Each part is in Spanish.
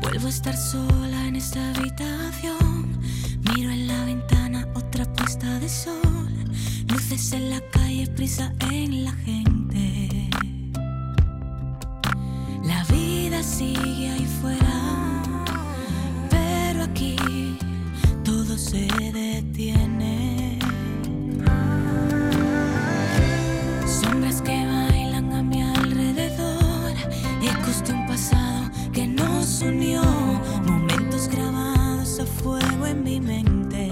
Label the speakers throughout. Speaker 1: Puedo estar sola en esta habitación. Miro en la ventana otra puesta de sol. Luces en la calle, prisa en la gente. La vida sigue ahí fuera, pero aquí todo se detiene. Sombras que bailan a mi alrededor, ecos de un pasado que nos unió, momentos grabados a fuego en mi mente.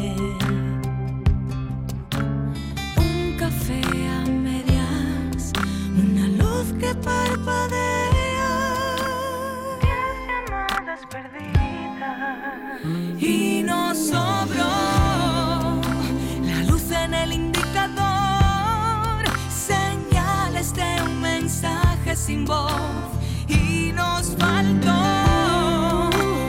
Speaker 1: Un café a medias, una luz que parpadea. llamadas perdidas. Y nos sobró la luz en el indicador, señales de un mensaje sin voz. Y nos faltó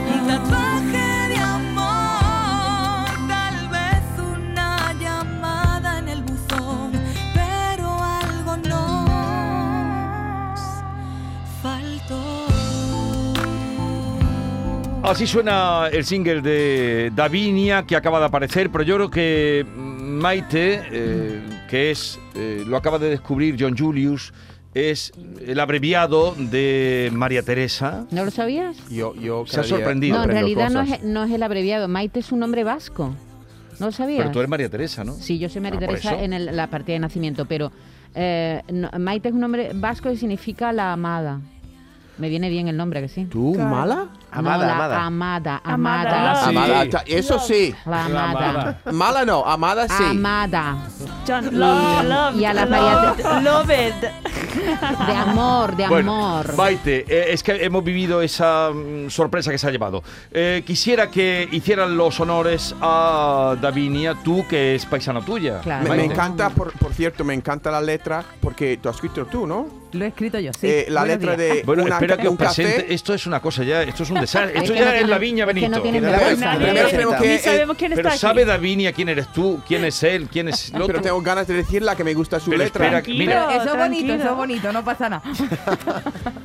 Speaker 1: un tatuaje de amor, tal vez una llamada en el buzón, pero algo nos faltó.
Speaker 2: Así suena el single de Davinia que acaba de aparecer, pero yo creo que Maite, eh, que es, eh, lo acaba de descubrir John Julius, es el abreviado de María Teresa.
Speaker 3: ¿No lo sabías?
Speaker 4: Yo, yo
Speaker 2: Se ha
Speaker 4: cada día
Speaker 2: sorprendido.
Speaker 3: No, en
Speaker 4: aprendo
Speaker 3: realidad no
Speaker 4: cosas.
Speaker 3: es, no es el abreviado. Maite es un nombre vasco. ¿No lo sabías?
Speaker 2: Pero tú eres María Teresa, ¿no?
Speaker 3: Sí, yo soy María
Speaker 2: Ah, por
Speaker 3: Teresa
Speaker 2: eso.
Speaker 3: en el- la partida de nacimiento, pero eh, no- Maite es un nombre vasco y significa la amada. Me viene bien el nombre, ¿a que sí.
Speaker 4: ¿Tú, mala?
Speaker 3: No, la
Speaker 4: Amada, amada.
Speaker 3: amada,
Speaker 5: Ah,
Speaker 3: amada.
Speaker 5: sí.
Speaker 4: Amada, ta- eso sí.
Speaker 3: La amada.
Speaker 4: Mala no, amada sí.
Speaker 3: Amada.
Speaker 5: John, love, love,
Speaker 3: y a la
Speaker 5: love,
Speaker 3: María-
Speaker 5: love it.
Speaker 3: De amor, de
Speaker 2: Bueno,
Speaker 3: amor.
Speaker 2: Maite, eh, es que hemos vivido esa mm, sorpresa que se ha llevado. Eh, quisiera que hicieran los honores a Davinia, tú que es paisana tuya.
Speaker 3: Claro.
Speaker 4: Me, me
Speaker 2: Maite.
Speaker 4: encanta, por, por cierto, me encanta la letra, porque tú has escrito tú, ¿no?
Speaker 6: Lo he escrito yo, sí.
Speaker 4: Eh, la
Speaker 6: Buenos
Speaker 4: letra
Speaker 6: días.
Speaker 4: de
Speaker 2: Ah, Bueno,
Speaker 4: una-
Speaker 2: espera que os
Speaker 4: un café.
Speaker 2: presente. este Esto es una cosa ya, esto es un desastre.
Speaker 3: Es
Speaker 2: Esto
Speaker 3: que
Speaker 2: ya
Speaker 3: no
Speaker 2: es
Speaker 3: tienen-
Speaker 2: la viña
Speaker 3: es que
Speaker 2: Benito.
Speaker 3: no tienen
Speaker 4: Primero-
Speaker 3: vergüenza.
Speaker 4: primero tenemos que-
Speaker 5: Ni sabemos quién
Speaker 2: Pero
Speaker 5: está
Speaker 2: sabe
Speaker 5: aquí.
Speaker 2: Davinia quién eres tú, quién es él, quién es el
Speaker 4: Pero
Speaker 2: otro.
Speaker 4: tengo ganas de decirla que me gusta su
Speaker 2: Pero
Speaker 4: letra.
Speaker 2: espera, que- mira,
Speaker 5: Tranquilo.
Speaker 6: Eso es bonito,
Speaker 5: Tranquilo.
Speaker 6: eso es bonito, no pasa nada.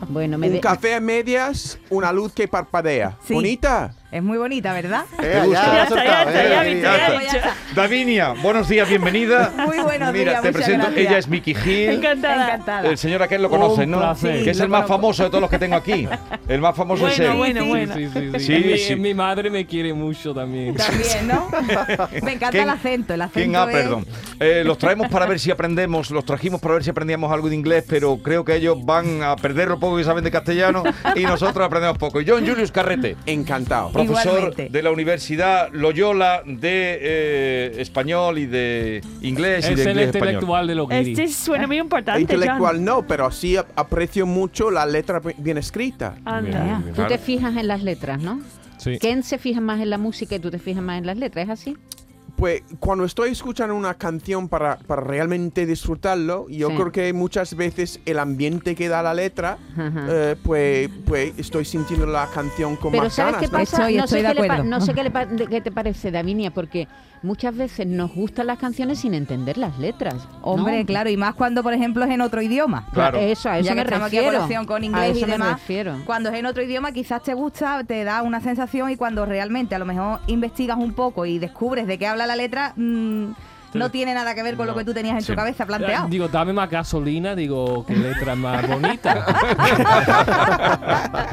Speaker 3: Bueno, me
Speaker 4: Un
Speaker 3: de-
Speaker 4: café a medias, una luz que parpadea.
Speaker 6: Sí.
Speaker 4: Bonita.
Speaker 6: Es muy bonita, ¿verdad?
Speaker 4: Eh,
Speaker 2: gusta.
Speaker 4: ya,
Speaker 5: Ya está, ya está, ya,
Speaker 2: eh,
Speaker 5: viste,
Speaker 2: ya
Speaker 5: ya
Speaker 2: está.
Speaker 5: he dicho.
Speaker 2: Davinia, buenos días, bienvenida.
Speaker 6: Muy
Speaker 2: Mira,
Speaker 6: buenos días,
Speaker 2: te
Speaker 6: muchas
Speaker 2: presento,
Speaker 6: gracias.
Speaker 2: ella es Mickey Hill.
Speaker 5: Encantada.
Speaker 6: Encantada.
Speaker 2: El señor aquel lo conoce, ¿no?
Speaker 7: placer.
Speaker 2: Que es
Speaker 6: Sí,
Speaker 2: el
Speaker 6: lo
Speaker 2: más
Speaker 6: conozco.
Speaker 2: famoso de todos los que tengo aquí. El más famoso es él.
Speaker 5: Bueno, bueno, bueno.
Speaker 7: Sí, sí, sí.
Speaker 2: Sí,
Speaker 7: mi,
Speaker 2: sí.
Speaker 7: mi madre me quiere mucho también.
Speaker 6: También, ¿no? Me encanta
Speaker 2: ¿Quién-
Speaker 6: el acento, el acento.
Speaker 2: ¿Quién? Ah,
Speaker 6: es-
Speaker 2: perdón. Eh, los traemos para ver si aprendemos, los trajimos para ver si aprendíamos algo de inglés, pero creo que ellos van a perder lo poco que saben de castellano y nosotros aprendemos poco. Y John Julius Carrete,
Speaker 4: Encantado.
Speaker 2: profesor
Speaker 6: Igualmente.
Speaker 2: de la Universidad Loyola de eh, español y de inglés y
Speaker 7: Es
Speaker 2: de
Speaker 7: el
Speaker 2: inglés español.
Speaker 7: intelectual de los guiris.
Speaker 5: Este suena muy importante,
Speaker 4: Intelectual
Speaker 5: John.
Speaker 4: no, pero sí ap- aprecio mucho la letra bi- bien escrita.
Speaker 5: Anda.
Speaker 7: Mira.
Speaker 3: Tú te fijas en las letras, ¿no?
Speaker 7: Sí.
Speaker 3: Ken se fija más en la música y tú te fijas más en las letras, ¿es así?
Speaker 4: Pues cuando estoy escuchando una canción para, para realmente disfrutarlo, yo
Speaker 3: Sí.
Speaker 4: creo que muchas veces el ambiente que da la letra,
Speaker 3: Ajá.
Speaker 4: eh, pues, pues estoy sintiendo la canción con
Speaker 3: Ah. Pero
Speaker 4: más
Speaker 3: ¿sabes qué
Speaker 4: ganas. ¿no?
Speaker 3: pasa?
Speaker 6: Estoy-
Speaker 3: no,
Speaker 6: estoy
Speaker 3: sé
Speaker 6: de
Speaker 3: qué le pa-
Speaker 6: acuerdo.
Speaker 3: no sé qué, le pa- de- qué te parece, Davinia, porque muchas veces nos gustan las canciones sin entender las letras. ¿no?
Speaker 6: Hombre, claro, y más cuando, por ejemplo, es en otro idioma.
Speaker 2: Claro.
Speaker 3: Eso, a eso
Speaker 6: ya que
Speaker 3: me
Speaker 6: estamos aquí a
Speaker 3: refiero.
Speaker 6: colación con
Speaker 3: A
Speaker 6: inglés y
Speaker 3: eso me
Speaker 6: demás.
Speaker 3: refiero.
Speaker 6: Cuando es en otro idioma quizás te gusta, te da una sensación y cuando realmente a lo mejor investigas un poco y descubres de qué habla la letra, mm, no tiene nada que ver con lo
Speaker 7: No.
Speaker 6: que tú tenías en
Speaker 2: Sí.
Speaker 6: tu cabeza
Speaker 7: Ah,
Speaker 6: planteado.
Speaker 7: Digo, dame más gasolina, digo, qué letra más bonita.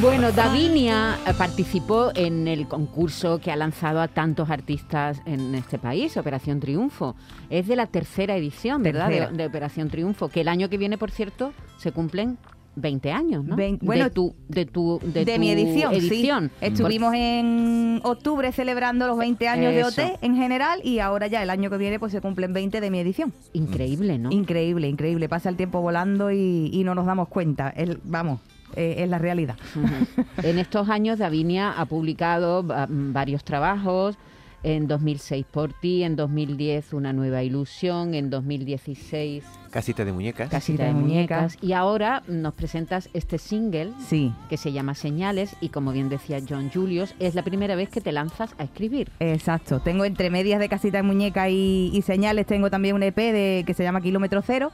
Speaker 3: Bueno, Davinia eh, participó en el concurso que ha lanzado a tantos artistas en este país, Operación Triunfo. Es de la tercera edición, ¿verdad? De,
Speaker 6: Tercera.
Speaker 3: de Operación Triunfo, que el año que viene, por cierto, se cumplen 20 años, ¿no?
Speaker 6: Vein-
Speaker 3: de
Speaker 6: bueno,
Speaker 3: tu, de tu, de,
Speaker 6: de,
Speaker 3: tu
Speaker 6: mi edición,
Speaker 3: edición.
Speaker 6: sí. Estuvimos en octubre celebrando los 20 años
Speaker 3: Eso.
Speaker 6: de OT en general y ahora ya el año que viene pues se cumplen 20 de mi edición.
Speaker 3: Increíble, ¿no?
Speaker 6: Increíble, increíble. Pasa el tiempo volando y, y no nos damos cuenta. El- vamos, eh, es la realidad.
Speaker 3: En estos años, Davinia ha publicado va- varios trabajos. En 2006, Por ti. En 2010, Una nueva ilusión. En 2016,
Speaker 8: Casita de muñecas.
Speaker 3: Casita de muñecas. Y ahora nos presentas este single
Speaker 6: Sí.
Speaker 3: que se llama Señales. Y como bien decía John Julius, es la primera vez que te lanzas a escribir.
Speaker 6: Exacto, tengo E entre medias de casita de muñeca y, y señales, tengo también un EP de, que se llama Kilómetro Cero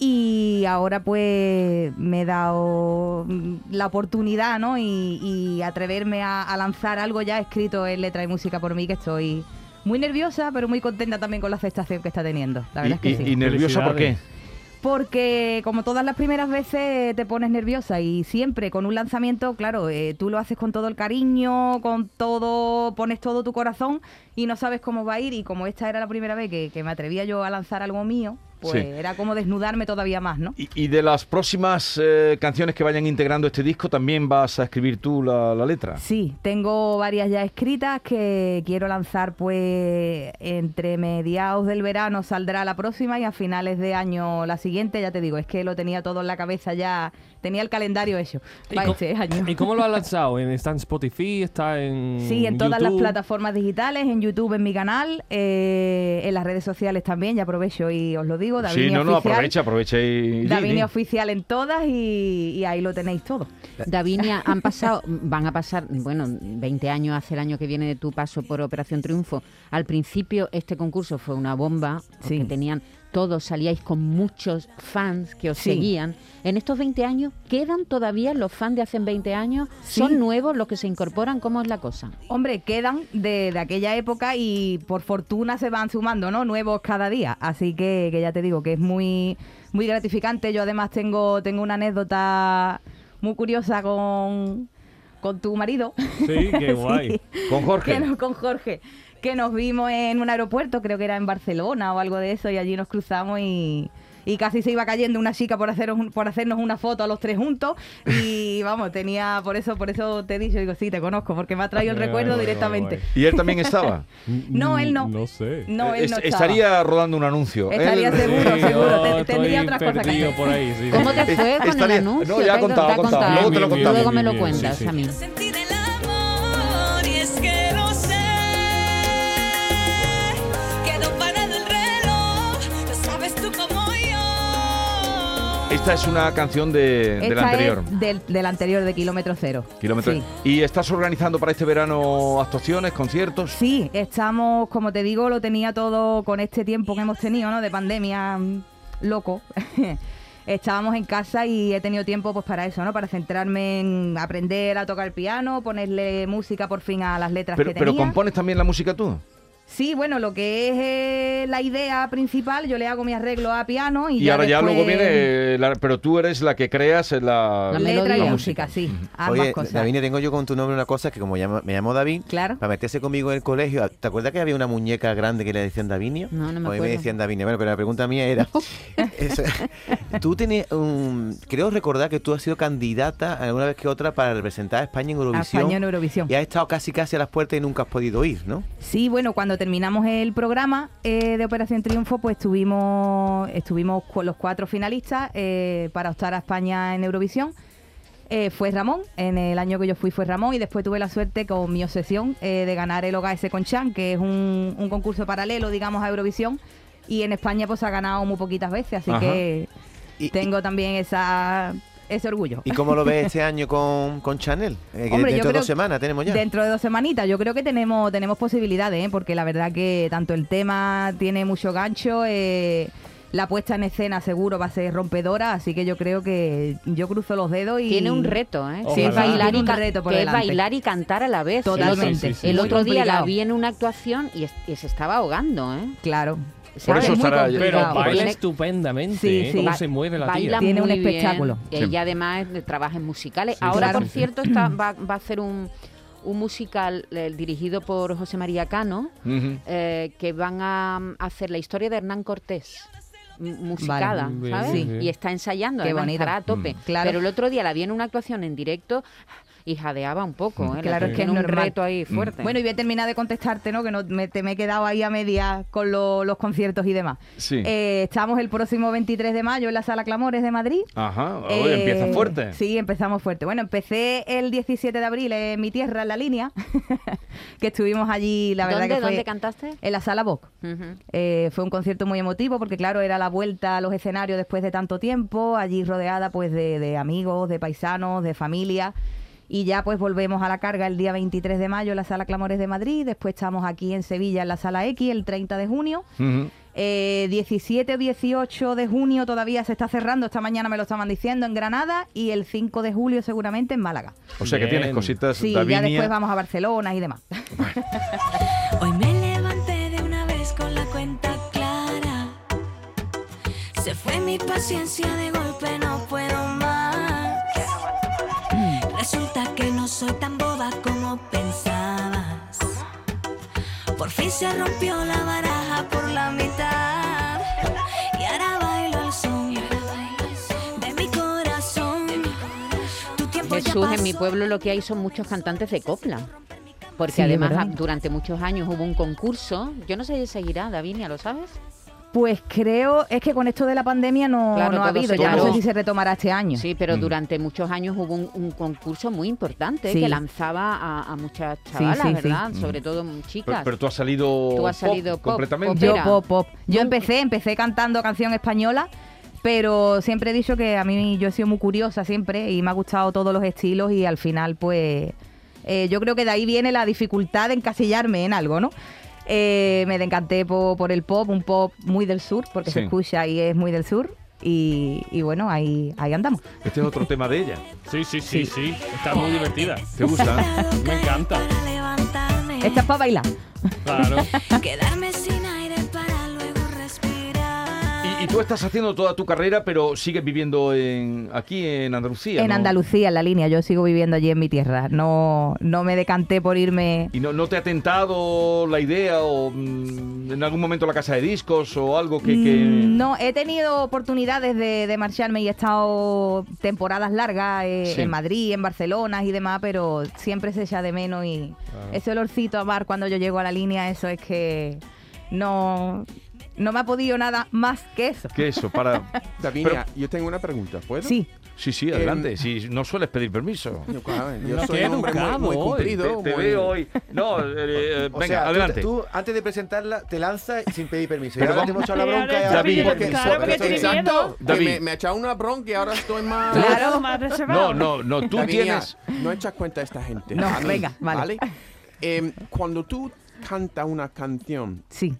Speaker 6: Y ahora pues me he dado mm, la oportunidad, ¿no? Y, y atreverme a, a lanzar algo ya escrito en letra y música por mí, que estoy muy nerviosa, pero muy contenta también con la aceptación que está teniendo. La verdad
Speaker 2: y,
Speaker 6: es que
Speaker 2: y-
Speaker 6: sí.
Speaker 2: y nerviosa por qué?
Speaker 7: Felicidades.
Speaker 6: Porque como todas las primeras veces te pones nerviosa y siempre con un lanzamiento, claro, eh, tú lo haces con todo el cariño, con todo, pones todo tu corazón y no sabes cómo va a ir y como esta era la primera vez que, que me atrevía yo a lanzar algo mío, pues
Speaker 2: Sí.
Speaker 6: era como desnudarme todavía más, ¿no?
Speaker 2: Y, y de las próximas eh, canciones que vayan integrando este disco, también vas a escribir tú la, la letra.
Speaker 6: Sí, tengo varias ya escritas que quiero lanzar pues entre mediados del verano saldrá la próxima y a finales de año la siguiente, ya te digo, es que lo tenía todo en la cabeza ya, tenía el calendario hecho
Speaker 7: ¿Y
Speaker 6: para
Speaker 7: cómo-
Speaker 6: este año.
Speaker 7: ¿Y cómo lo has lanzado? ¿En- ¿Está en Spotify? ¿Está en
Speaker 6: Sí, en todas las
Speaker 7: YouTube?
Speaker 6: plataformas digitales, en YouTube, en mi canal, eh, en las redes sociales también, ya aprovecho y os lo digo, Davinia
Speaker 2: sí, no, no,
Speaker 6: Oficial,
Speaker 2: aprovecha, aprovecha y... di,
Speaker 6: Davinia
Speaker 2: di.
Speaker 6: Oficial en todas y, y ahí lo tenéis todo.
Speaker 3: Davinia, han pasado, van a pasar, bueno, 20 años hace el año que viene de tu paso por Operación Triunfo. Al principio este concurso fue una bomba, porque
Speaker 6: Sí.
Speaker 3: tenían todos, salíais con muchos fans que os
Speaker 6: Sí.
Speaker 3: seguían. En estos 20 años, ¿quedan todavía los fans de hace 20 años?
Speaker 6: Sí.
Speaker 3: ¿Son nuevos los que se incorporan? ¿Cómo es la cosa?
Speaker 6: Hombre, quedan de, de aquella época y por fortuna se van sumando, ¿no? Nuevos cada día. Así que, que ya te digo que es muy, muy gratificante. Yo además tengo, tengo una anécdota muy curiosa con, con tu marido.
Speaker 7: Sí, qué guay.
Speaker 2: Con Jorge.
Speaker 6: Que no- con Jorge. Que nos vimos en un aeropuerto, creo que era en Barcelona o algo de eso, y allí nos cruzamos y, y casi se iba cayendo una chica por, hacer un- por hacernos una foto a los tres juntos. Y vamos, tenía, por eso, por eso te he dicho, digo, sí, te conozco, porque me ha traído el
Speaker 7: Guay,
Speaker 6: recuerdo
Speaker 7: guay, guay,
Speaker 6: directamente.
Speaker 2: Y
Speaker 7: guay.
Speaker 2: él también estaba. Eh,
Speaker 6: No, él no.
Speaker 7: No sé.
Speaker 6: No, él
Speaker 2: Es-
Speaker 6: no estaba.
Speaker 2: estaría rodando un anuncio.
Speaker 6: Estaría
Speaker 2: Él- eh,
Speaker 6: seguro,
Speaker 7: Sí,
Speaker 6: seguro,
Speaker 7: yo
Speaker 6: te-
Speaker 7: estoy
Speaker 6: tendría otras cosas que
Speaker 7: perdido
Speaker 6: hacer.
Speaker 7: por ahí, sí.
Speaker 3: ¿Cómo te
Speaker 2: Es-
Speaker 3: fue con
Speaker 2: estaría-
Speaker 3: el anuncio?
Speaker 2: no, ya ha
Speaker 3: Te- te
Speaker 2: contado, ha contado.
Speaker 7: Luego te lo
Speaker 3: Luego
Speaker 7: contamos.
Speaker 3: me lo
Speaker 7: Bien, bien,
Speaker 3: cuentas
Speaker 7: sí, sí.
Speaker 3: a mí.
Speaker 1: Sentir el amor y es que no sé. Quedó parado el reloj, lo sabes tú como yo.
Speaker 2: Esta es una canción de, del
Speaker 6: Esta
Speaker 2: anterior.
Speaker 6: es del, del anterior, de Kilómetro Cero.
Speaker 2: Kilómetro.
Speaker 6: Sí.
Speaker 2: ¿Y estás organizando para este verano actuaciones, conciertos?
Speaker 6: Sí, estamos, como te digo, lo tenía todo con este tiempo que hemos tenido, ¿no? De pandemia, mm, loco. Estábamos en casa y he tenido tiempo pues para eso, ¿no? Para centrarme en aprender a tocar piano, ponerle música por fin a las letras
Speaker 2: Pero,
Speaker 6: que
Speaker 2: pero
Speaker 6: tenía.
Speaker 2: compones también la música tú.
Speaker 6: Sí, bueno, lo que es eh, la idea principal, yo le hago mi arreglo a piano y,
Speaker 2: Y, ahora ya
Speaker 6: después
Speaker 2: luego viene. eh, la- pero tú eres la que creas eh, la,
Speaker 3: La
Speaker 6: letra y
Speaker 3: melodía.
Speaker 6: música, sí, ambas
Speaker 8: Oye,
Speaker 6: cosas.
Speaker 8: David, tengo yo con tu nombre una cosa que como llama- me llamo David,
Speaker 6: Claro.
Speaker 8: para meterse conmigo en el colegio, ¿te acuerdas que había una muñeca grande que le decían Davinio?
Speaker 3: No, no me
Speaker 8: O a mí me
Speaker 3: acuerdo.
Speaker 8: decían Davinio, bueno, pero la pregunta mía era, eso, tú tenías, un, creo recordar que tú has sido candidata alguna vez que otra para representar a España en
Speaker 6: A
Speaker 8: Eurovisión.
Speaker 6: España en Eurovisión.
Speaker 8: Y has estado casi casi a las puertas y nunca has podido ir, ¿no?
Speaker 6: Sí, bueno, cuando terminamos el programa eh, de Operación Triunfo, pues tuvimos, estuvimos con los cuatro finalistas eh, para optar a España en Eurovisión. Eh, fue Ramón, en el año que yo fui fue Ramón y después tuve la suerte con mi obsesión eh, de ganar el OGS con Chan, que es un, un concurso paralelo, digamos, a Eurovisión. Y en España pues ha ganado muy poquitas veces, así
Speaker 2: Ajá.
Speaker 6: que
Speaker 8: Y,
Speaker 6: tengo también esa, ese orgullo.
Speaker 8: ¿Y cómo lo ves este año con, con Chanel? Eh, que
Speaker 6: Hombre, yo
Speaker 8: dentro de
Speaker 6: creo
Speaker 8: dos semanas tenemos ya.
Speaker 6: Dentro de dos semanitas, yo creo que tenemos, tenemos posibilidades, ¿eh? porque la verdad que tanto el tema tiene mucho gancho, eh, la puesta en escena seguro va a ser rompedora, así que yo creo que yo cruzo los dedos y...
Speaker 3: Tiene un reto, ¿eh?
Speaker 7: Ojalá.
Speaker 3: Que es bailar
Speaker 6: Tiene
Speaker 3: y,
Speaker 6: un
Speaker 3: ca-
Speaker 6: reto por
Speaker 3: que es
Speaker 6: delante.
Speaker 3: bailar y cantar a la vez.
Speaker 6: Totalmente.
Speaker 7: Sí, sí, sí,
Speaker 3: El
Speaker 7: sí.
Speaker 3: otro
Speaker 6: Muy
Speaker 3: día la
Speaker 6: complicado.
Speaker 3: vi en una actuación y, es- y se estaba ahogando, ¿eh?
Speaker 6: Claro.
Speaker 2: Por
Speaker 6: Es
Speaker 2: eso
Speaker 6: muy
Speaker 2: estará-
Speaker 7: Pero
Speaker 6: complicado.
Speaker 7: baila
Speaker 3: Tiene-
Speaker 7: estupendamente,
Speaker 6: Sí,
Speaker 7: ¿eh?
Speaker 6: sí.
Speaker 7: Cómo
Speaker 3: Ba-
Speaker 7: se mueve la
Speaker 3: baila
Speaker 7: tía.
Speaker 6: Tiene un
Speaker 3: muy bien.
Speaker 6: espectáculo.
Speaker 2: Sí.
Speaker 3: Ella además eh, trabaja en musicales.
Speaker 7: Sí, Mm.
Speaker 3: Ahora,
Speaker 6: claro.
Speaker 3: por cierto, está, va, va a hacer un, un musical eh, dirigido por José María Cano,
Speaker 2: Ujú.
Speaker 3: eh, que van a mm, hacer la historia de Hernán Cortés m- musicada,
Speaker 7: Vale.
Speaker 3: ¿sabes?
Speaker 7: Sí. Sí.
Speaker 3: Y está ensayando,
Speaker 6: Qué
Speaker 3: además
Speaker 6: bonito.
Speaker 3: estará a tope.
Speaker 6: Mm. Claro.
Speaker 3: Pero el otro día la vi en una actuación en directo y jadeaba un
Speaker 7: Mm.
Speaker 3: poco, ¿eh? La
Speaker 6: Claro, es que
Speaker 3: tiene
Speaker 6: es
Speaker 3: un
Speaker 6: normal.
Speaker 3: reto ahí fuerte.
Speaker 6: Bueno, y voy a terminar de contestarte, ¿no? Que no me, te, me he quedado ahí a media con lo- los conciertos y demás.
Speaker 2: Sí.
Speaker 6: Eh, estamos el próximo 23 de mayo en la Sala Clamores de Madrid.
Speaker 2: Ajá, oye,
Speaker 6: Eh,
Speaker 2: Oh, empieza fuerte.
Speaker 6: Sí, empezamos fuerte. Bueno, empecé el 17 de abril en mi tierra, en la línea, que estuvimos allí, la verdad
Speaker 3: ¿Dónde,
Speaker 6: que fue
Speaker 3: dónde cantaste?
Speaker 6: en la sala Vogue.
Speaker 3: Ujú.
Speaker 6: Eh, fue un concierto muy emotivo porque, claro, era la vuelta a los escenarios después de tanto tiempo, allí rodeada pues de, de amigos, de paisanos, de familia. Y ya pues volvemos a la carga el día 23 de mayo en la Sala Clamores de Madrid, después estamos aquí en Sevilla en la Sala X el 30 de junio.
Speaker 2: Ujú.
Speaker 6: Eh, 17 o 18 de junio todavía se está cerrando, esta mañana me lo estaban diciendo, en Granada y el 5 de julio seguramente en Málaga.
Speaker 2: O sea que
Speaker 7: Bien.
Speaker 2: tienes cositas,
Speaker 6: Sí,
Speaker 2: Pues Davinia.
Speaker 6: ya después vamos a Barcelona y demás.
Speaker 1: Hoy me levanté de una vez con la cuenta clara. Se fue mi paciencia de golpe, no puedo más. Resulta que no soy tan boba como pensabas. Por fin se rompió la baraja por la mitad. Y ahora bailo al son de mi corazón. Tu tiempo Pues ya
Speaker 3: Pues Jesús, en mi
Speaker 1: pasó.
Speaker 3: pueblo lo que hay son muchos cantantes de copla. Porque
Speaker 6: Sí, es
Speaker 3: además
Speaker 6: verdad.
Speaker 3: a- durante muchos años hubo un concurso. Yo no sé si seguirá, Davinia, ¿lo sabes?
Speaker 6: Pues creo, es que con esto de la pandemia no,
Speaker 3: Claro,
Speaker 6: no ha
Speaker 3: todo
Speaker 6: habido,
Speaker 3: se
Speaker 6: ya no sé
Speaker 3: paró.
Speaker 6: si se retomará este año.
Speaker 3: Sí, pero durante muchos años hubo un, un concurso muy importante
Speaker 6: Sí.
Speaker 3: que lanzaba a, a muchas
Speaker 6: Sí,
Speaker 3: chavalas,
Speaker 6: sí, Mm. sí.
Speaker 3: ¿verdad? Sobre todo
Speaker 2: Pero,
Speaker 3: chicas.
Speaker 2: pero tú has salido,
Speaker 3: Tú has
Speaker 2: pop
Speaker 3: salido pop,
Speaker 2: completamente.
Speaker 6: Yo
Speaker 3: Opera.
Speaker 6: pop, pop. Yo
Speaker 3: Nunca-
Speaker 6: empecé, empecé cantando canción española, pero siempre he dicho que a mí yo he sido muy curiosa siempre y me ha gustado todos los estilos y al final pues eh, yo creo que de ahí viene la dificultad de encasillarme en algo, ¿no? Eh, me decanté po- por, el pop, un pop muy del sur, porque se
Speaker 2: Sí.
Speaker 6: escucha y es muy del sur. Y, y bueno, ahí, ahí andamos.
Speaker 2: Este es otro tema de ella.
Speaker 7: Sí, sí, sí, sí. Está muy divertida.
Speaker 2: ¿Te gusta?
Speaker 7: Me encanta.
Speaker 1: Para levantarme.
Speaker 6: Esta es para bailar.
Speaker 7: Claro.
Speaker 2: ¿Ah?
Speaker 1: Quedarme sin aire para luego respirar.
Speaker 2: Y, y tú estás haciendo toda tu carrera, pero sigues viviendo en, aquí en Andalucía.
Speaker 6: En
Speaker 2: ¿no?
Speaker 6: Andalucía, en la línea, yo sigo viviendo allí en mi tierra. No, no me decanté por irme
Speaker 2: ¿Y no, no te ha tentado la idea o mm, en algún momento la casa de discos o algo que... que-
Speaker 6: Mm, No, he tenido oportunidades de, de marcharme y he estado temporadas largas eh,
Speaker 2: Sí.
Speaker 6: en Madrid, en Barcelona y demás, pero siempre se echa de menos y
Speaker 2: Ah.
Speaker 6: ese olorcito a bar cuando yo llego a la línea, eso es que no, no me ha podido nada más que eso.
Speaker 2: que eso, para...
Speaker 4: Davinia, yo tengo una pregunta, ¿puedo?
Speaker 6: Sí,
Speaker 2: Sí, sí,
Speaker 4: Em,
Speaker 6: Eh,
Speaker 2: adelante. Si no sueles pedir permiso.
Speaker 4: Yo, claro, yo
Speaker 7: No,
Speaker 4: soy
Speaker 7: qué
Speaker 4: un hombre muy,
Speaker 7: educado
Speaker 4: muy
Speaker 7: hoy.
Speaker 2: Te,
Speaker 4: cumplido.
Speaker 2: te
Speaker 4: muy-
Speaker 2: veo hoy. No, eh, eh,
Speaker 8: O
Speaker 2: venga,
Speaker 8: sea, tú-
Speaker 2: adelante.
Speaker 8: Tú, antes de presentarla, te lanzas sin pedir permiso.
Speaker 2: Pero
Speaker 8: y ahora te
Speaker 2: vamos-
Speaker 8: hemos echado la
Speaker 5: Pero
Speaker 8: bronca. y
Speaker 5: ahora
Speaker 8: ahora
Speaker 2: David,
Speaker 8: tienes que-
Speaker 5: claro, porque
Speaker 8: Exacto.
Speaker 5: tiene miedo.
Speaker 4: Exacto, que
Speaker 2: David.
Speaker 4: me, me ha echado una bronca y ahora estoy más...
Speaker 5: Claro, más reservado.
Speaker 2: No, no, no, tú
Speaker 4: Davinia,
Speaker 2: tienes...
Speaker 4: No echas cuenta a esta gente.
Speaker 6: No,
Speaker 4: a mí,
Speaker 6: venga, vale.
Speaker 4: Em, cuando tú cantas una canción,
Speaker 6: sí.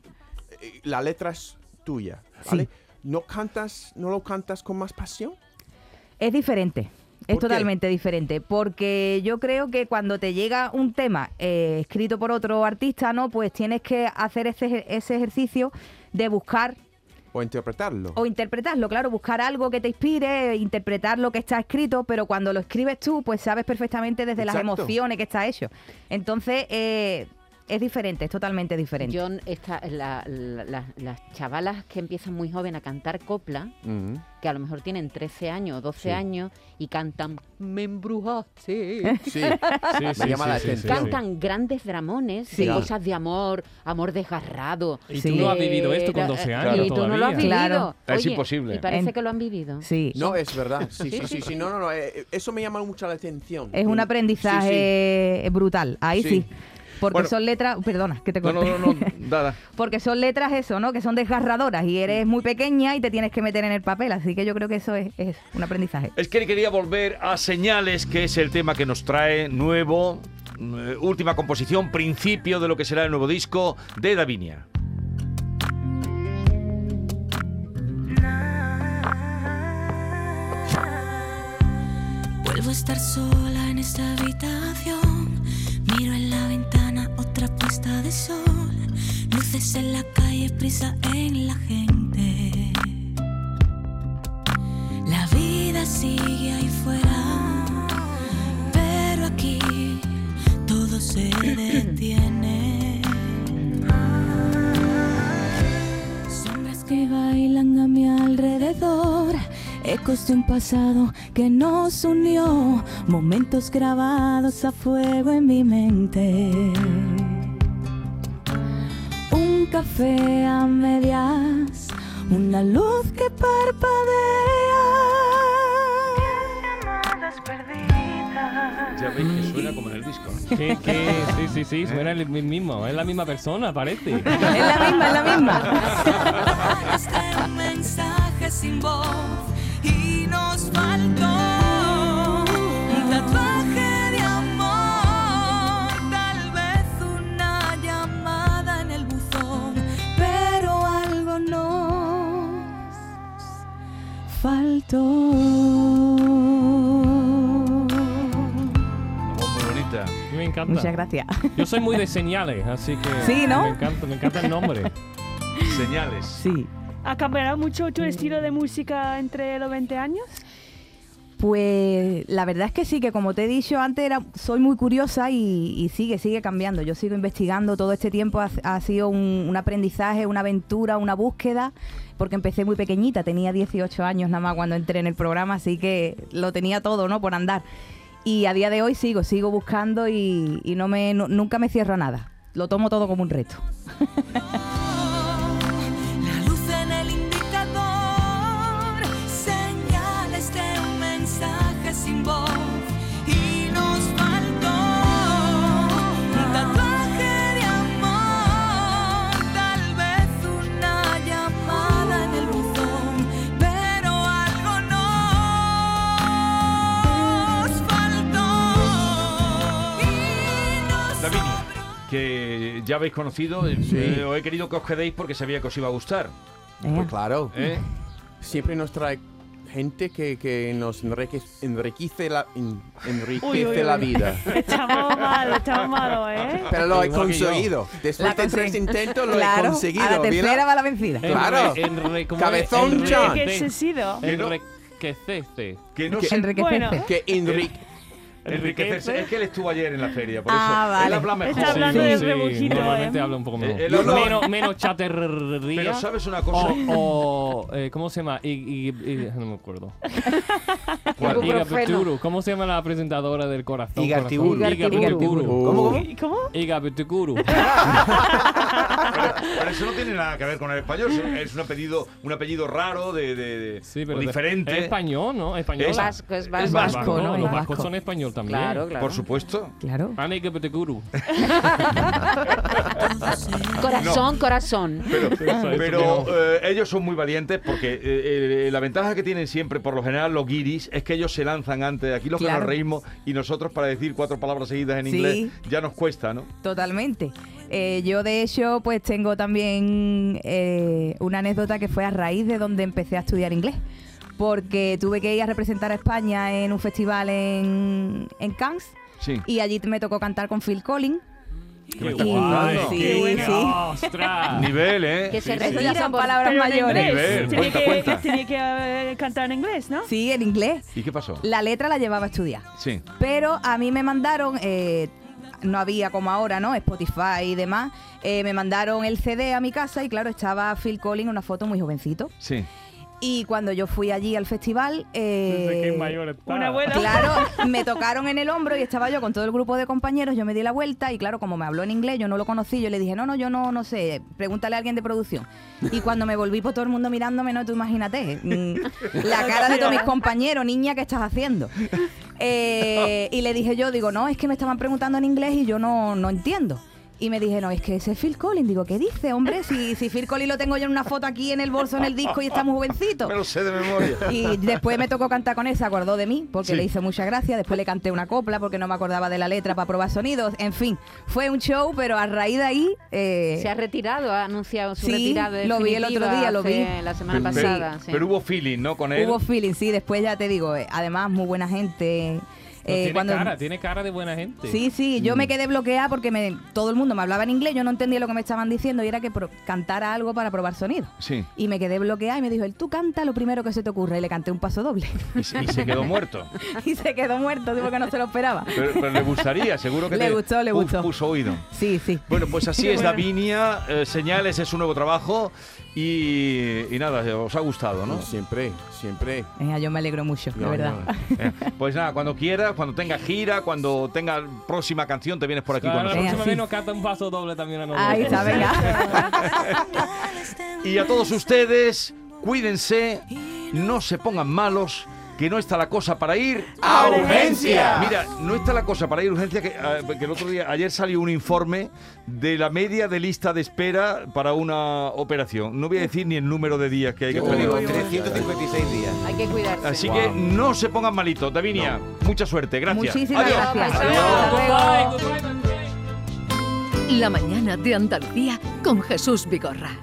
Speaker 4: eh, la letra es tuya, ¿vale? ¿No cantas, no lo cantas con más pasión?
Speaker 6: Es diferente.
Speaker 4: ¿Por
Speaker 6: Es
Speaker 4: qué?
Speaker 6: totalmente diferente, porque yo creo que cuando te llega un tema eh, escrito por otro artista, ¿no? Pues tienes que hacer ese, ese ejercicio de buscar
Speaker 4: ¿O interpretarlo?
Speaker 6: O interpretarlo, claro, buscar algo que te inspire, interpretar lo que está escrito, pero cuando lo escribes tú, pues sabes perfectamente desde las
Speaker 4: Exacto.
Speaker 6: emociones que está hecho. Entonces, eh, es diferente, es totalmente diferente.
Speaker 3: Yo, esta- la- la- la- las chavalas que empiezan muy joven a cantar copla,
Speaker 4: Mm.
Speaker 3: que a lo mejor tienen 13 años o 12
Speaker 4: Sí.
Speaker 3: años y cantan Me embrujaste.
Speaker 4: Sí,
Speaker 7: Sí,
Speaker 4: me
Speaker 7: sí,
Speaker 4: llama
Speaker 7: sí,
Speaker 4: la
Speaker 7: sí, sí,
Speaker 4: atención.
Speaker 7: sí.
Speaker 3: Cantan grandes dramones
Speaker 6: Sí.
Speaker 3: de cosas de amor, amor desgarrado.
Speaker 7: Y
Speaker 6: Sí.
Speaker 7: tú no has vivido esto con
Speaker 3: Eh,
Speaker 7: 12
Speaker 3: eh,
Speaker 7: años
Speaker 3: Y tú no lo has
Speaker 7: todavía.
Speaker 3: vivido.
Speaker 6: Claro.
Speaker 2: Es
Speaker 3: Oye,
Speaker 2: imposible.
Speaker 3: Y parece
Speaker 6: En-
Speaker 3: que lo han vivido.
Speaker 6: Sí.
Speaker 4: no, es verdad.
Speaker 3: Sí,
Speaker 4: Sí, sí,
Speaker 3: sí,
Speaker 4: sí, sí. No, no, no. eh, eh, Eso me llama mucho la atención.
Speaker 6: Es un
Speaker 4: Mm.
Speaker 6: aprendizaje brutal, ahí sí.
Speaker 4: Sí.
Speaker 6: Porque
Speaker 2: Bueno.
Speaker 6: son letras, perdona, que te
Speaker 2: No,
Speaker 6: corté.
Speaker 2: no, no, no, nada.
Speaker 6: Porque son letras eso, ¿no? Que son desgarradoras y eres muy pequeña y te tienes que meter en el papel, así que yo creo que eso es, es un aprendizaje.
Speaker 2: Es que quería volver a Señales, que es el tema que nos trae nuevo, eh, última composición, principio de lo que será el nuevo disco de Davinia. pues
Speaker 1: Vuelvo a estar sola en esta habitación. Miro en la ventana otra puesta de sol. Luces en la calle, prisa en la gente. La vida sigue ahí fuera, pero aquí todo se detiene. Sombras que bailan a mi alrededor, ecos de un pasado que nos unió, momentos grabados a fuego en mi mente. Un café a medias, una luz que parpadea.
Speaker 2: Ya veis que suena como en el disco.
Speaker 7: ¿Qué, qué? Sí, sí, sí. Suena el mismo. Es la misma persona, parece.
Speaker 6: es la misma, es la misma.
Speaker 1: Este un mensaje sin voz y nos faltó un tatuaje de amor.
Speaker 2: bonita.
Speaker 7: Me encanta.
Speaker 6: Muchas gracias.
Speaker 7: Yo soy muy de señales, así que.
Speaker 6: Sí, ¿no?
Speaker 7: Me encanta, me encanta el nombre.
Speaker 2: Señales.
Speaker 6: Sí.
Speaker 5: ¿Ha cambiado mucho tu estilo de música entre los 20 años?
Speaker 6: Pues la verdad es que sí, que como te he dicho antes, era, soy muy curiosa y, y sigue, sigue cambiando. Yo sigo investigando todo este tiempo, ha, ha sido un, un aprendizaje, una aventura, una búsqueda, porque empecé muy pequeñita, tenía 18 años nada más cuando entré en el programa, así que lo tenía todo, ¿no? Por andar. Y a día de hoy sigo, sigo buscando y, y no me, nu- nunca me cierro a nada. Lo tomo todo como un reto.
Speaker 1: La luz en el indicador, señales de un mensaje sin voz y nos faltó un tatuaje de amor, tal vez una llamada en el buzón, pero algo nos faltó y nos
Speaker 2: Davinia, que ya habéis conocido, eh, eh, os he querido que os quedéis porque sabía que os iba a gustar.
Speaker 6: Eh,
Speaker 4: Pues claro.
Speaker 2: ¿eh?
Speaker 4: Siempre nos trae gente que, que nos enrique- enriquece la, en- enriquece
Speaker 5: Uy, uy, uy.
Speaker 4: la vida.
Speaker 5: Estamos malos, estamos malos, ¿eh?
Speaker 4: Pero lo he
Speaker 7: Igual que yo.
Speaker 4: conseguido. Después
Speaker 6: La
Speaker 4: de tres
Speaker 6: conse-
Speaker 4: intentos lo he
Speaker 6: claro,
Speaker 4: conseguido.
Speaker 6: A la
Speaker 4: mira.
Speaker 6: tercera va la vencida.
Speaker 4: Eh, Claro.
Speaker 7: Enre- ¿cómo es?
Speaker 4: Cabezón
Speaker 7: Enrique-
Speaker 4: Chan.
Speaker 5: ¿Qué es sido?
Speaker 7: Enriqueceste.
Speaker 2: Que no
Speaker 4: Que-
Speaker 2: se
Speaker 6: Enriquecerse.
Speaker 5: Bueno.
Speaker 4: Que Enrique.
Speaker 2: enriquecerse. Es que él estuvo ayer en la feria, por
Speaker 6: Ah,
Speaker 2: eso. Él
Speaker 6: vale.
Speaker 2: habla mejor.
Speaker 5: Está hablando de rebujito,
Speaker 7: Normalmente
Speaker 5: ¿eh?
Speaker 7: habla un poco
Speaker 2: Eh,
Speaker 7: mejor.
Speaker 2: el
Speaker 4: otro-
Speaker 7: menos, menos chatarrería.
Speaker 2: Pero sabes una cosa,
Speaker 7: O, o, eh, ¿cómo se llama? Y, y- y- no me acuerdo.
Speaker 2: ¿Cuál?
Speaker 7: Igabeturu. ¿Cómo se llama la presentadora del corazón?
Speaker 8: Igartiburu.
Speaker 7: Corazón. Igabeturu.
Speaker 4: ¿Cómo, cómo?
Speaker 5: ¿Y ¿Cómo?
Speaker 7: Igabeturu.
Speaker 2: pero, pero eso no tiene nada que ver con el español. es un- Es un apellido, un apellido raro, de, de- de-
Speaker 7: Sí,
Speaker 2: o
Speaker 7: pero
Speaker 2: diferente.
Speaker 7: Es español, ¿no? Español.
Speaker 2: Es
Speaker 3: vasco, es vasco.
Speaker 2: Es
Speaker 7: vasco,
Speaker 2: vasco,
Speaker 7: ¿no?
Speaker 6: ¿no?
Speaker 7: Los
Speaker 6: Es
Speaker 7: vascos
Speaker 6: vasco.
Speaker 7: son español también.
Speaker 3: Claro, claro.
Speaker 2: Por supuesto.
Speaker 6: Claro.
Speaker 7: Ana Igabeturu.
Speaker 3: Corazón, corazón.
Speaker 2: Pero,
Speaker 7: eso
Speaker 2: pero, eh, ellos son muy valientes porque eh, eh, la ventaja que tienen siempre, por lo general, los guiris, es que ellos se lanzan antes. Aquí los que
Speaker 6: Claro.
Speaker 2: nos reímos y nosotros para decir cuatro palabras seguidas en
Speaker 6: Sí.
Speaker 2: inglés ya nos cuesta, ¿no?
Speaker 6: Totalmente. Eh, yo de hecho pues tengo también eh, una anécdota que fue a raíz de donde empecé a estudiar inglés. Porque tuve que ir a representar a España en un festival en, en Cannes
Speaker 2: Sí.
Speaker 6: y allí me tocó cantar con Phil Collins.
Speaker 7: Qué
Speaker 6: Y-
Speaker 7: guay.
Speaker 6: sí,
Speaker 7: Qué bueno.
Speaker 6: sí.
Speaker 7: Ostras.
Speaker 2: Nivel,
Speaker 3: Que
Speaker 2: ¿eh?
Speaker 3: se
Speaker 6: Eso ya
Speaker 3: retiran
Speaker 6: son
Speaker 3: por-
Speaker 6: palabras
Speaker 5: Pero en
Speaker 6: mayores.
Speaker 2: Nivel,
Speaker 5: inglés. Tenía
Speaker 2: cuenta,
Speaker 5: que,
Speaker 2: cuenta.
Speaker 5: tenía que eh, cantar en inglés, ¿no?
Speaker 6: Sí, en inglés.
Speaker 2: ¿Y qué pasó?
Speaker 6: La letra la llevaba a estudiar.
Speaker 2: Sí.
Speaker 6: Pero a mí me mandaron, eh, no había como ahora, ¿no? Spotify y demás. Eh, me mandaron el CD a mi casa y claro, estaba Phil Collins, una foto muy jovencito.
Speaker 2: Sí.
Speaker 6: Y cuando yo fui allí al festival, eh,
Speaker 7: Desde que mayor está.
Speaker 5: Una abuela.
Speaker 6: claro, me tocaron en el hombro y estaba yo con todo el grupo de compañeros, yo me di la vuelta y claro, como me habló en inglés, yo no lo conocí, yo le dije, no, no, yo no, no sé, pregúntale a alguien de producción. Y cuando me volví, pues todo el mundo mirándome, no, tú imagínate, mm, la cara de todos mis compañeros, niña, ¿qué estás haciendo? Eh, y le dije yo, digo, no, es que me estaban preguntando en inglés y yo no, no entiendo. Y me dije, no, es que ese es Phil Collins. Digo, ¿qué dice, hombre? Si, si Phil Collins lo tengo yo en una foto aquí en el bolso, en el disco y está muy jovencito.
Speaker 2: Me lo sé de memoria.
Speaker 6: Y después me tocó cantar con él, se acordó de mí, porque
Speaker 2: Sí.
Speaker 6: le hizo mucha gracia. Después le canté una copla, porque no me acordaba de la letra para probar sonidos. En fin, fue un show, pero a raíz de ahí. eh,
Speaker 3: Se ha retirado, ha anunciado su
Speaker 6: Sí,
Speaker 3: retirada.
Speaker 6: lo vi el otro
Speaker 3: definitiva
Speaker 6: día, lo
Speaker 3: hace-
Speaker 6: vi.
Speaker 3: La semana
Speaker 2: Pero-
Speaker 3: pasada. sí.
Speaker 2: Pero hubo feeling, ¿no? Con él.
Speaker 6: hubo feeling, sí. Después ya te digo, eh, además, muy buena gente.
Speaker 7: Pero
Speaker 6: eh,
Speaker 7: tiene
Speaker 6: cuando-
Speaker 7: cara, tiene cara de buena gente.
Speaker 6: Sí, sí, yo me quedé bloqueada porque me, todo el mundo me hablaba en inglés, yo no entendía lo que me estaban diciendo y era que pro- cantara algo para probar sonidos.
Speaker 2: Sí.
Speaker 6: Y me quedé bloqueada y me dijo, él, tú canta lo primero que se te ocurra. Y le canté un paso doble.
Speaker 2: Y, se- y se quedó muerto.
Speaker 6: y se quedó muerto, sí, porque no se lo esperaba.
Speaker 2: Pero, pero le gustaría, seguro que
Speaker 6: Le
Speaker 2: te-
Speaker 6: gustó, le
Speaker 2: Uf,
Speaker 6: gustó.
Speaker 2: puso oído.
Speaker 6: Sí, sí.
Speaker 2: Bueno, pues así
Speaker 5: Qué
Speaker 2: es
Speaker 5: bueno.
Speaker 2: Davinia. eh, Señales es su nuevo trabajo. Y, y nada, os ha gustado, ¿no?
Speaker 4: Siempre, siempre.
Speaker 6: Eh, yo me alegro mucho, de
Speaker 4: No,
Speaker 6: verdad.
Speaker 4: no.
Speaker 2: Eh, Pues nada, cuando quieras, cuando tengas gira, cuando tengas próxima canción, te vienes por aquí
Speaker 7: Claro,
Speaker 2: con
Speaker 7: la
Speaker 2: nosotros.
Speaker 7: próxima
Speaker 6: nosotros. Sí.
Speaker 7: vez nos canta un paso doble también a nosotros.
Speaker 6: Ahí está, venga.
Speaker 1: este
Speaker 2: Y a todos ustedes, cuídense, no se pongan malos, que no está la cosa para ir
Speaker 4: ¡A urgencia!
Speaker 2: Mira, no está la cosa para ir a urgencia, que, ah, que el otro día, ayer salió un informe de la media de lista de espera para una operación. No voy a decir ni el número de días que hay que
Speaker 8: Yo te
Speaker 2: esperar.
Speaker 8: digo, 356 días.
Speaker 3: Hay que cuidarse.
Speaker 2: Así que no se pongan malitos. Davinia, mucha suerte, gracias.
Speaker 6: Muchísimas
Speaker 2: Adiós.
Speaker 6: gracias.
Speaker 2: Adiós.
Speaker 6: Hasta luego.
Speaker 9: La mañana de Andalucía con Jesús Vigorra.